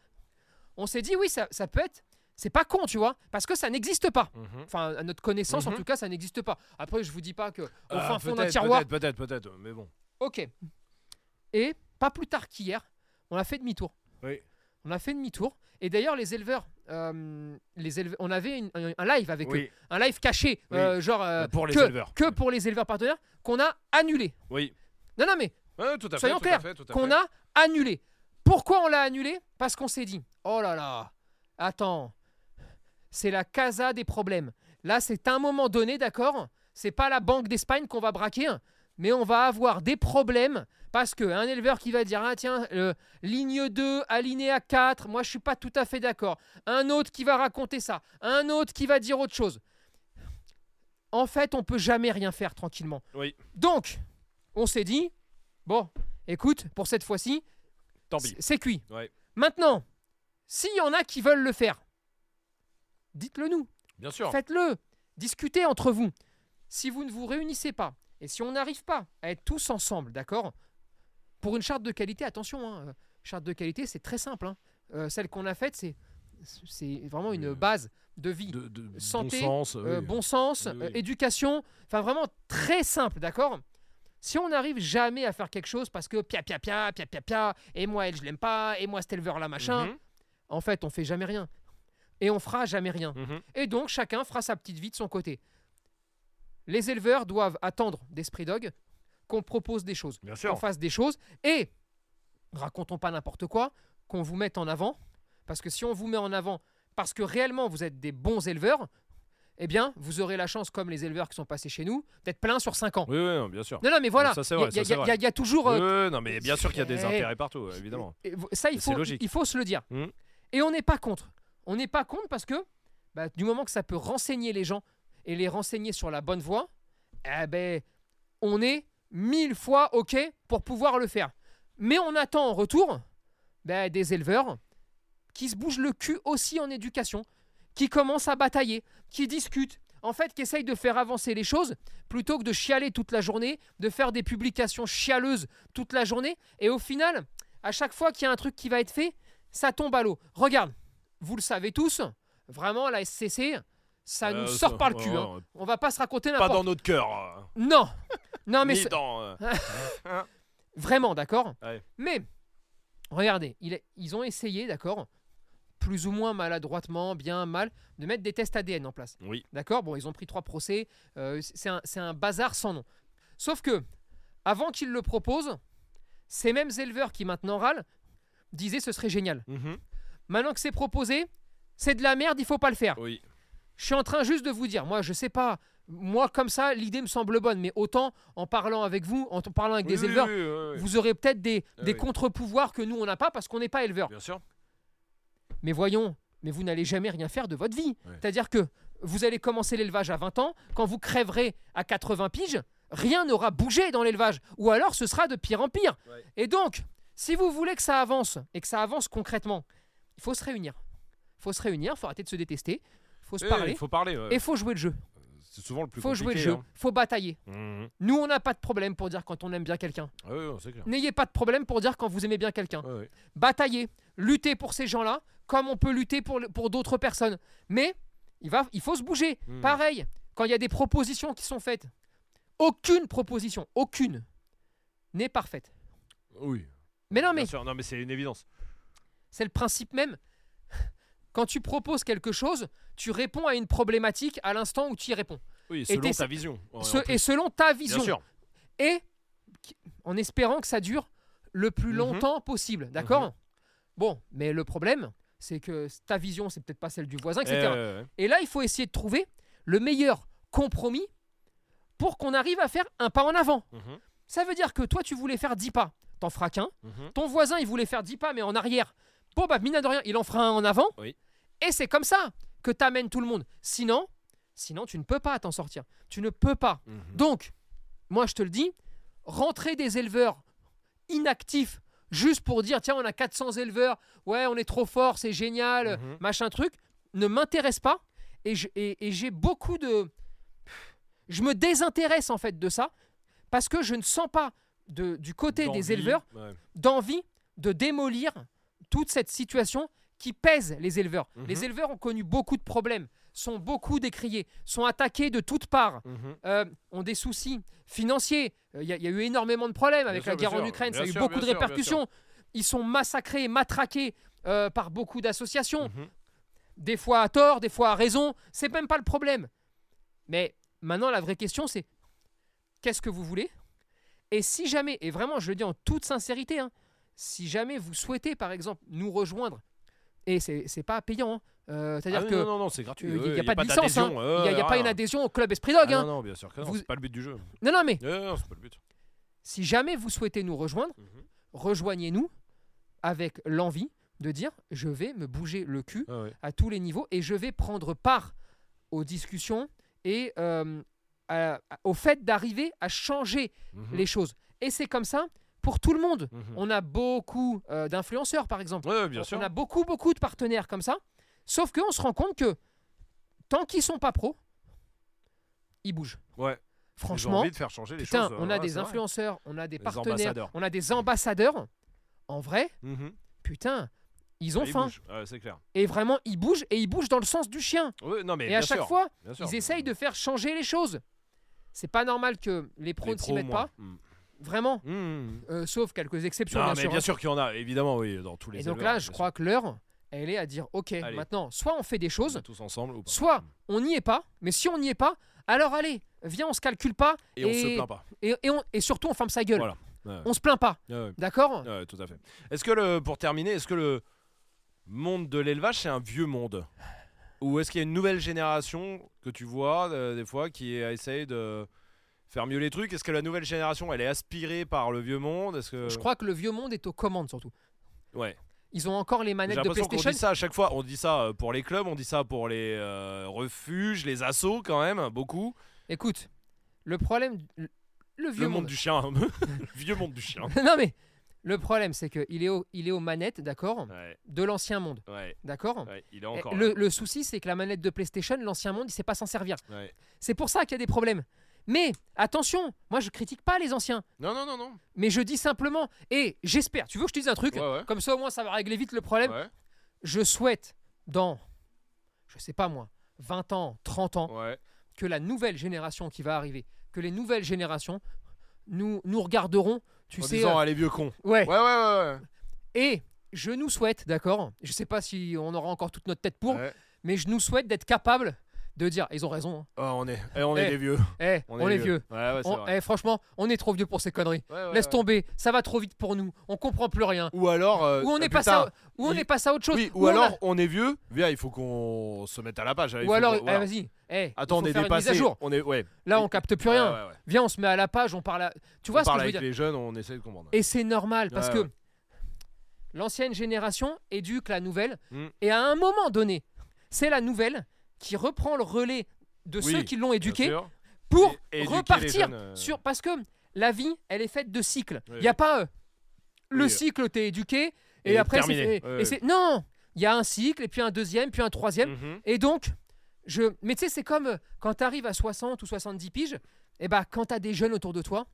S3: On s'est dit, oui, ça, ça peut être, c'est pas con, tu vois, parce que ça n'existe pas.
S2: Mhm.
S3: Enfin, à notre connaissance, en
S2: Mhm.
S3: tout cas, ça n'existe pas. Après, je vous dis pas que au
S2: Euh,
S3: fin fond d'un
S2: peut-être,
S3: tiroir.
S2: Peut-être, peut-être, peut-être, mais bon.
S3: Ok. Et pas plus tard qu'hier, on a fait demi-tour.
S2: Oui.
S3: On a fait demi-tour. Et d'ailleurs, les éleveurs, euh, les éleve- on avait une- un, un live avec eux,
S2: Oui.
S3: un live caché,
S2: Oui.
S3: euh, genre euh,
S2: Pour les
S3: que,
S2: éleveurs.
S3: que pour les éleveurs partenaires, qu'on a annulé.
S2: Oui.
S3: Non, non, mais
S2: Ouais, tout à fait,
S3: Soyons
S2: tout à
S3: clairs,
S2: fait, tout à
S3: qu'on
S2: fait.
S3: a annulé. Pourquoi on l'a annulé Parce qu'on s'est dit, oh là là, attends, c'est la casa des problèmes. Là, c'est un moment donné, d'accord C'est pas la banque d'Espagne qu'on va braquer, hein, mais on va avoir des problèmes parce qu'un éleveur qui va dire, ah tiens, euh, ligne 2, alinéa 4, moi je suis pas tout à fait d'accord. Un autre qui va raconter ça, un autre qui va dire autre chose. En fait, on peut jamais rien faire tranquillement.
S2: Oui.
S3: Donc, on s'est dit, bon, écoute, pour cette fois-ci,
S2: Tant
S3: c-
S2: pis.
S3: c'est cuit.
S2: Ouais.
S3: Maintenant, s'il y en a qui veulent le faire, dites-le nous,
S2: Bien sûr.
S3: faites-le, discutez entre vous. Si vous ne vous réunissez pas, et si on n'arrive pas à être tous ensemble, d'accord Pour une charte de qualité, attention, hein, euh, charte de qualité, c'est très simple. hein. Euh, celle qu'on a faite, c'est c'est vraiment une
S4: Oui.
S3: base de vie.
S4: De, de
S3: Santé,
S4: bon sens.
S3: Euh,
S4: Ah oui.
S3: bon sens,
S4: Oui, oui.
S3: euh, éducation, enfin vraiment très simple, d'accord Si on n'arrive jamais à faire quelque chose parce que pia pia pia, pia pia pia, et moi elle je l'aime pas, et moi cet éleveur là machin,
S2: Mhm,
S3: en fait on fait jamais rien. Et on fera jamais rien.
S2: mhm.
S3: Et donc chacun fera sa petite vie de son côté. Les éleveurs doivent attendre d'Esprit Dog qu'on propose des choses,
S2: Bien
S3: qu'on
S2: sûr.
S3: fasse des choses et racontons pas n'importe quoi, qu'on vous mette en avant parce que si on vous met en avant parce que réellement vous êtes des bons éleveurs, eh bien vous aurez la chance comme les éleveurs qui sont passés chez nous d'être plein sur 5 ans.
S4: Oui, oui, non, bien sûr.
S3: Non non mais voilà,
S4: Ça, c'est
S3: il y a-
S4: vrai,
S3: il y, a-
S4: ça, c'est
S3: il y a-
S4: vrai.
S3: il y a toujours
S4: Oui,
S3: euh,
S4: oui, non, mais bien sûr qu'il y a des
S3: Eh.
S4: intérêts partout, évidemment.
S3: Et vo- Ça, il
S4: Mais c'est
S3: faut,
S4: logique.
S3: il faut se le dire.
S4: Mhm.
S3: Et on n'est pas contre. On n'est pas contre parce que bah, du moment que ça peut renseigner les gens et les renseigner sur la bonne voie, eh ben, on est mille fois OK pour pouvoir le faire. Mais on attend en retour bah, des éleveurs qui se bougent le cul aussi en éducation, qui commencent à batailler, qui discutent, en fait, qui essayent de faire avancer les choses plutôt que de chialer toute la journée, de faire des publications chialeuses toute la journée. Et au final, à chaque fois qu'il y a un truc qui va être fait, ça tombe à l'eau. Regarde, vous le savez tous, vraiment, la SCC, ça nous
S4: Euh,
S3: sort par le
S4: ouais,
S3: cul.
S4: ouais,
S3: hein.
S2: oh,
S3: On va pas se raconter
S4: Pas
S3: n'importe
S4: dans notre cœur.
S3: Non Non, mais
S4: ni
S3: c'est-
S4: dans. euh,
S3: vraiment, d'accord
S4: Ouais.
S3: Mais, regardez, il est- ils ont essayé, d'accord plus ou moins maladroitement, bien mal, de mettre des tests ADN en place.
S4: Oui.
S3: D'accord Bon, ils ont pris trois procès. euh, c'est un, c'est un bazar sans nom. Sauf que, avant qu'ils le proposent, ces mêmes éleveurs qui maintenant râlent disaient ce serait génial.
S4: mhm,
S3: Maintenant que c'est proposé, c'est de la merde, il faut pas le faire.
S4: Oui.
S3: Je suis en train juste de vous dire, moi je sais pas, moi comme ça, l'idée me semble bonne, mais autant en parlant avec vous, en t- parlant avec
S4: Oui,
S3: des
S4: oui,
S3: éleveurs,
S4: oui, oui, oui.
S3: vous aurez peut-être des,
S4: Ah
S3: des
S4: oui.
S3: contre-pouvoirs que nous on n'a pas parce qu'on n'est pas éleveur.
S4: Bien sûr.
S3: Mais voyons, mais vous n'allez jamais rien faire de votre vie.
S4: Ouais.
S3: C'est-à-dire que vous allez commencer l'élevage à 20 ans, quand vous crèverez à 80 piges, rien n'aura bougé dans l'élevage. Ou alors ce sera de pire en pire.
S4: Ouais.
S3: Et donc, si vous voulez que ça avance, et que ça avance concrètement, il faut se réunir. Il faut se réunir, il faut arrêter de se détester, il faut se
S4: Eh,
S3: parler,
S4: Il faut parler. ouais.
S3: et il faut jouer le jeu.
S4: C'est souvent le plus
S3: Il faut jouer le
S4: compliqué.
S3: jeu,
S4: hein.
S3: il faut batailler.
S4: Mhm.
S3: Nous, on n'a pas de problème pour dire quand on aime bien quelqu'un.
S4: Ah oui, oui, c'est clair.
S3: N'ayez pas de problème pour dire quand vous aimez bien quelqu'un.
S4: Ouais, ouais.
S3: Bataillez, luttez pour ces gens-là comme on peut lutter pour, le- pour d'autres personnes. Mais il, va, il faut se bouger.
S4: Mhm.
S3: Pareil, quand il y a des propositions qui sont faites, aucune proposition, aucune, n'est parfaite.
S4: Oui.
S3: Mais non, mais
S4: Bien sûr, non, mais c'est une évidence.
S3: c'est le principe même. *laughs* Quand tu proposes quelque chose, tu réponds à une problématique à l'instant où tu y réponds.
S4: Oui, selon
S3: t'es-
S4: ta vision. ouais, en
S3: Ce-
S4: plus.
S3: et selon ta
S4: Bien
S3: vision.
S4: sûr.
S3: et qui- en espérant que ça dure le plus
S4: Mhm.
S3: longtemps possible, d'accord Bon, mais le problème, c'est que ta vision, c'est peut-être pas celle du voisin, etc.
S4: Eh, ouais, ouais.
S3: Et là, il faut essayer de trouver le meilleur compromis pour qu'on arrive à faire un pas en avant.
S4: Mhm,
S3: Ça veut dire que toi, tu voulais faire 10 pas, t'en feras qu'un.
S4: mhm.
S3: Ton voisin, il voulait faire 10 pas, mais en arrière. Bon, bah, mine de rien, il en fera un en avant.
S4: Oui.
S3: Et c'est comme ça que t'amènes tout le monde. Sinon, sinon, tu ne peux pas t'en sortir. Tu ne peux pas.
S2: Mm.
S4: Mhm.
S3: Donc, moi je te le dis, rentrer des éleveurs inactifs juste pour dire tiens, on a 400 éleveurs, ouais, on est trop fort, c'est génial,
S4: Mhm.
S3: machin truc, ne m'intéresse pas. Et je- et- et j'ai beaucoup de. Je me désintéresse en fait de ça parce que je ne sens pas de- du côté
S4: D'envie,
S3: des éleveurs
S4: ouais.
S3: d'envie de démolir toute cette situation qui pèse les éleveurs.
S4: Mhm.
S3: Les éleveurs ont connu beaucoup de problèmes, sont beaucoup décriés, sont attaqués de toutes parts
S4: Mhm.
S3: euh, ont des soucis financiers. Euh, Il y, a- il y a eu énormément de problèmes avec
S4: sûr,
S3: la
S4: bien
S3: guerre en
S4: sûr,
S3: Ukraine, ça a
S4: bien
S3: eu
S4: sûr,
S3: beaucoup de
S4: bien sûr, bien
S3: répercussions. Ils sont massacrés et matraqués euh, par beaucoup d'associations,
S4: Mhm.
S3: des fois à tort, des fois à raison. C'est même pas le problème. Mais maintenant, la vraie question, c'est qu'est-ce que vous voulez Et si jamais, et vraiment, je le dis en toute sincérité, hein, si jamais vous souhaitez, par exemple, nous rejoindre, et c'est c'est pas payant, hein, euh,
S4: Ah
S3: c'est-à-dire
S4: oui,
S3: que
S4: non, non, non, c'est gratuit.
S3: il n'y
S4: ouais,
S3: a, pas de licence, il
S4: d'adhésion, ouais,
S3: n'y a, y a
S4: ouais,
S3: pas
S4: ouais.
S3: une adhésion au club Esprit Dog.
S4: Ah
S3: hein.
S4: Non, non, bien sûr que non,
S3: Vous-
S4: c'est pas le but du jeu.
S3: non, non, mais
S4: Ouais, non, c'est pas le but.
S3: Si jamais vous souhaitez nous rejoindre,
S4: Mhm.
S3: rejoignez-nous avec l'envie de dire je vais me bouger le cul
S4: Ah ouais.
S3: à tous les niveaux et je vais prendre part aux discussions et euh, à- à- au fait d'arriver à changer
S4: Mhm.
S3: les choses. Et c'est comme ça pour tout le monde.
S4: Mhm.
S3: On a beaucoup euh, d'influenceurs, par exemple.
S4: Ouais, ouais, bien
S3: on,
S4: sûr.
S3: on a beaucoup, beaucoup de partenaires comme ça. Sauf qu'on se rend compte que tant qu'ils sont pas pros, ils bougent.
S4: Ouais.
S2: J'ai
S3: franchement,
S2: envie de faire changer les
S3: putain,
S2: choses.
S3: on
S2: euh,
S3: a
S2: ouais,
S3: des
S2: c'est vrai.
S3: influenceurs, on a des
S2: Des
S3: partenaires,
S2: ambassadeurs.
S3: on a des ambassadeurs. En vrai,
S2: Mhm.
S3: putain, ils ont
S2: Ils
S3: faim.
S2: bougent. Ouais, c'est clair.
S3: Et vraiment, ils bougent et ils bougent dans le sens du chien.
S2: Ouais, non, mais
S3: Et
S2: bien
S3: à chaque
S2: sûr,
S3: fois,
S2: bien sûr.
S3: ils essayent de faire changer les choses. C'est pas normal que les pros
S2: Les
S3: ne s'y
S2: pros,
S3: mettent
S2: moins.
S3: pas,
S2: Mm.
S3: vraiment,
S2: Mm.
S3: euh, sauf quelques exceptions,
S2: Non,
S3: bien
S2: mais
S3: sûr.
S2: bien
S3: hein.
S2: sûr qu'il y en a, évidemment, oui, dans tous les
S3: Et donc
S2: éleveurs,
S3: là, je
S2: bien
S3: crois que l'heure, elle est à dire ok,
S2: Allez.
S3: maintenant, soit on fait des
S2: sûr.
S3: choses,
S2: Tous ensemble ou pas.
S3: soit on n'y est pas, mais si on n'y est pas, alors allez, viens, on se calcule pas
S2: Et, on se plaint pas.
S3: et, et on- et surtout on ferme sa gueule.
S2: Voilà. Ouais.
S3: On se plaint pas,
S2: Ouais,
S3: d'accord
S2: ouais, ouais, tout à fait. Est-ce que, le, pour terminer, est-ce que le monde de l'élevage, c'est un vieux monde Ou est-ce qu'il y a une nouvelle génération que tu vois, euh, des fois, qui essaye de faire mieux les trucs Est-ce que la nouvelle génération, elle est aspirée par le vieux monde Est-ce que...
S3: Je crois que le vieux monde est aux commandes surtout.
S2: Ouais.
S3: Ils ont encore les
S2: J'ai
S3: manettes de
S2: l'impression qu'on
S3: PlayStation.
S2: dit ça à chaque fois. On dit ça euh, pour les clubs, on dit ça pour les euh, refuges, les assos quand même, beaucoup.
S3: Écoute, le problème, le, le vieux
S2: le monde du
S3: *laughs*
S2: chien. le vieux monde du chien.
S3: non mais le problème, c'est que il est au- il est aux manettes, d'accord,
S2: Ouais,
S3: de l'ancien monde,
S2: ouais,
S3: d'accord.
S2: ouais, il est encore.
S3: Eh,
S2: là.
S3: Le, le souci, c'est que la manette de PlayStation, l'ancien monde, il sait pas s'en servir.
S2: Ouais.
S3: C'est pour ça qu'il y a des problèmes. Mais attention, moi je critique pas les anciens,
S2: Non, non, non, non.
S3: mais je dis simplement, et j'espère, tu veux que je te dise un truc
S2: Ouais, ouais.
S3: Comme ça au moins ça va régler vite le problème.
S2: Ouais,
S3: Je souhaite dans, je sais pas moi, 20 ans, 30 ans,
S2: ouais.
S3: que la nouvelle génération qui va arriver, que les nouvelles générations nous, nous regarderont, tu
S2: en
S3: sais...
S2: disant,
S3: euh,
S2: allez, vieux con. Ouais,
S3: ouais.
S2: ouais, ouais.
S3: Et je nous souhaite, d'accord Je sais pas si on aura encore toute notre tête
S2: ouais.
S3: pour,
S2: Ouais.
S3: mais je nous souhaite d'être capable de dire, ils ont raison, hein.
S2: Oh, on est, eh, on est
S3: Eh,
S2: des vieux.
S3: Eh, on, est vieux.
S2: Ouais, ouais, c'est
S3: On-
S2: vrai.
S3: eh, franchement, on est trop vieux pour ces conneries.
S2: Ouais, ouais,
S3: Laisse
S2: ouais.
S3: tomber, ça va trop vite pour nous, on comprend plus rien.
S2: Ou alors. euh,
S3: Ou on
S2: ah,
S3: est passé
S2: putain,
S3: à, ou on
S2: il-
S3: est passé à autre chose.
S2: Oui,
S3: Ou
S2: ou
S3: on a-
S2: alors on est vieux. Viens, il faut qu'on se mette à la page. allez, il
S3: Ou
S2: faut
S3: alors,
S2: qu'on-
S3: eh,
S2: voilà.
S3: vas-y. eh,
S2: Attends,
S3: il
S2: on
S3: faut
S2: est
S3: faire une mise à
S2: dépassé.
S3: jour.
S2: On est, ouais.
S3: Là,
S2: Et-
S3: on capte plus rien.
S2: Ouais, ouais, ouais.
S3: Viens, on se met à la page, on parle. À... Tu vois
S2: on
S3: ce que
S2: parle
S3: je veux
S2: avec
S3: dire
S2: les jeunes, on essaie de comprendre.
S3: Et c'est normal parce
S2: Ouais, ouais.
S3: que l'ancienne génération éduque la nouvelle,
S2: Mm.
S3: et à un moment donné, c'est la nouvelle qui reprend le relais de
S2: Oui,
S3: ceux qui l'ont
S2: Bien
S3: éduquée
S2: sûr.
S3: pour
S2: Et- éduquer les
S3: repartir
S2: jeunes, euh,
S3: sur parce que la vie, elle est faite de cycles. Il
S2: Ouais.
S3: n'y a pas euh, le
S2: Oui.
S3: cycle, t'es éduqué et,
S2: Et
S3: après c'est
S2: terminé.
S3: et-
S2: Ouais,
S3: et c'est- non, il y a un cycle et puis un deuxième puis un troisième
S2: mhm.
S3: et donc je mais tu sais c'est comme euh, quand t'arrives à 60 ou 70 piges et bah quand t'as des jeunes autour de toi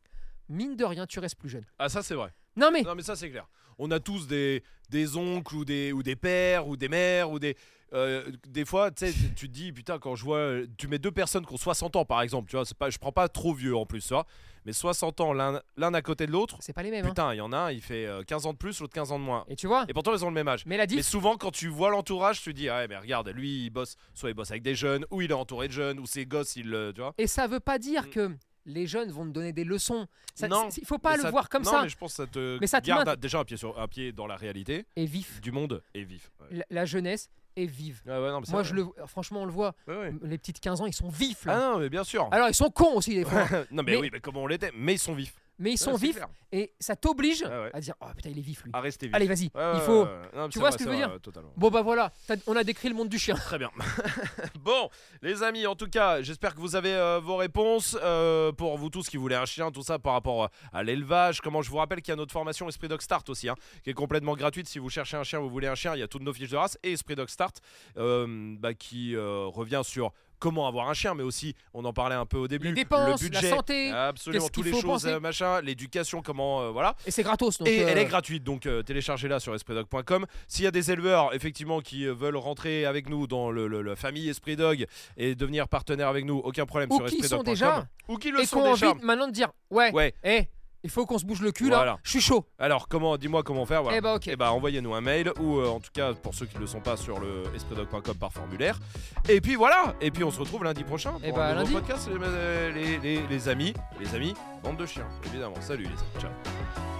S3: mine de rien tu restes plus jeune.
S2: Ah, ça, c'est vrai.
S3: Non mais
S2: Non, mais ça, c'est clair. On a tous des, des oncles ou des, ou des pères ou des mères ou des. euh, des fois, tu sais, tu te dis, putain, quand je vois. euh, Tu mets deux personnes qui ont 60 ans, par exemple, tu vois, c'est pas, je prends pas trop vieux en plus, ça. Mais 60 ans, l'un l'un à côté de l'autre,
S3: c'est pas les mêmes. hein.
S2: putain, il y en a un, il fait euh, 15 ans de plus, l'autre 15 ans de moins.
S3: Et tu vois
S2: Et pourtant, ils ont le même âge.
S3: Mais la
S2: Mais
S3: diff,
S2: souvent, quand tu vois l'entourage, tu te dis, ah, ouais, mais regarde, lui, il bosse, soit il bosse avec des jeunes, ou il est entouré de jeunes, ou ses gosses, il. euh, Tu vois
S3: et ça veut pas dire
S2: Mm.
S3: que les jeunes vont te donner des leçons. Ça,
S2: Non,
S3: c'est- il faut pas
S2: Mais
S3: le
S2: ça-
S3: voir comme
S2: non,
S3: ça.
S2: mais je pense que ça te
S3: Mais ça te
S2: garde
S3: mainte.
S2: à- déjà un pied, sur, un pied dans la réalité
S3: Et vif.
S2: du monde et vif. Ouais.
S3: La, la jeunesse est vive.
S2: Ouais, ouais, non, mais c'est
S3: Moi,
S2: vrai.
S3: je le, franchement, on le voit.
S2: Ouais, ouais.
S3: M- Les petites 15 ans, ils sont vifs.
S2: Ah
S3: Là.
S2: non, mais bien sûr.
S3: Alors, ils sont cons aussi, des fois.
S2: *laughs* non, mais,
S3: mais-
S2: oui, mais comment on l'était Mais ils sont vifs.
S3: mais ils sont
S2: Ouais, c'est
S3: vifs
S2: clair.
S3: et ça t'oblige
S2: Ah ouais. Ah,
S3: à dire Oh putain, il est vif, lui.
S2: À rester vifs.
S3: Allez, vas-y.
S2: Ouais, ouais,
S3: il faut.
S2: ouais, ouais. Non, mais
S3: Tu
S2: c'est
S3: vois
S2: vrai,
S3: ce que je
S2: c'est
S3: veux
S2: vrai,
S3: dire
S2: euh, totalement.
S3: Bon, bah voilà, t'as- on a décrit le monde du chien.
S2: Très bien. *laughs* bon, les amis, en tout cas, j'espère que vous avez euh, vos réponses euh, pour vous tous qui voulez un chien, tout ça par rapport euh, à l'élevage. Comment je vous rappelle qu'il y a notre formation Esprit Dog Start aussi, hein, qui est complètement gratuite. Si vous cherchez un chien, vous voulez un chien, il y a toutes nos fiches de race et Esprit Dog Start euh, bah, qui euh, revient sur comment avoir un chien, mais aussi, on en parlait un peu au début,
S3: Les dépenses,
S2: le
S3: la
S2: budget,
S3: santé,
S2: absolument
S3: qu'est-ce
S2: toutes
S3: qu'il
S2: les
S3: faut
S2: choses,
S3: penser.
S2: euh, machin, l'éducation, comment, euh, voilà.
S3: Et c'est gratos. Donc,
S2: Et
S3: euh,
S2: elle est gratuite, donc euh, téléchargez-la sur espritdog.com. S'il y a des éleveurs, effectivement, qui euh, veulent rentrer avec nous dans le, le- la famille Esprit Dog et devenir partenaire avec nous, aucun problème
S3: Ou
S2: sur
S3: qui y sont
S2: espritdog.com.
S3: déjà.
S2: Ou qui le
S3: Et
S2: sont
S3: qu'on a
S2: déjà.
S3: envie maintenant de dire Ouais,
S2: Ouais.
S3: eh, il faut qu'on se bouge le cul
S2: Voilà.
S3: là, je suis chaud.
S2: Alors, comment, dis-moi comment faire. Voilà.
S3: Eh bah, ok.
S2: Eh bah, envoyez-nous un mail ou euh, en tout cas pour ceux qui ne le sont pas sur le espritdog.com par formulaire. Et puis voilà. Et puis on se retrouve lundi prochain pour
S3: Eh bah,
S2: un nouveau
S3: lundi.
S2: podcast, les, les- les- les amis, les amis, bande de chiens, évidemment. Salut les amis. Ciao.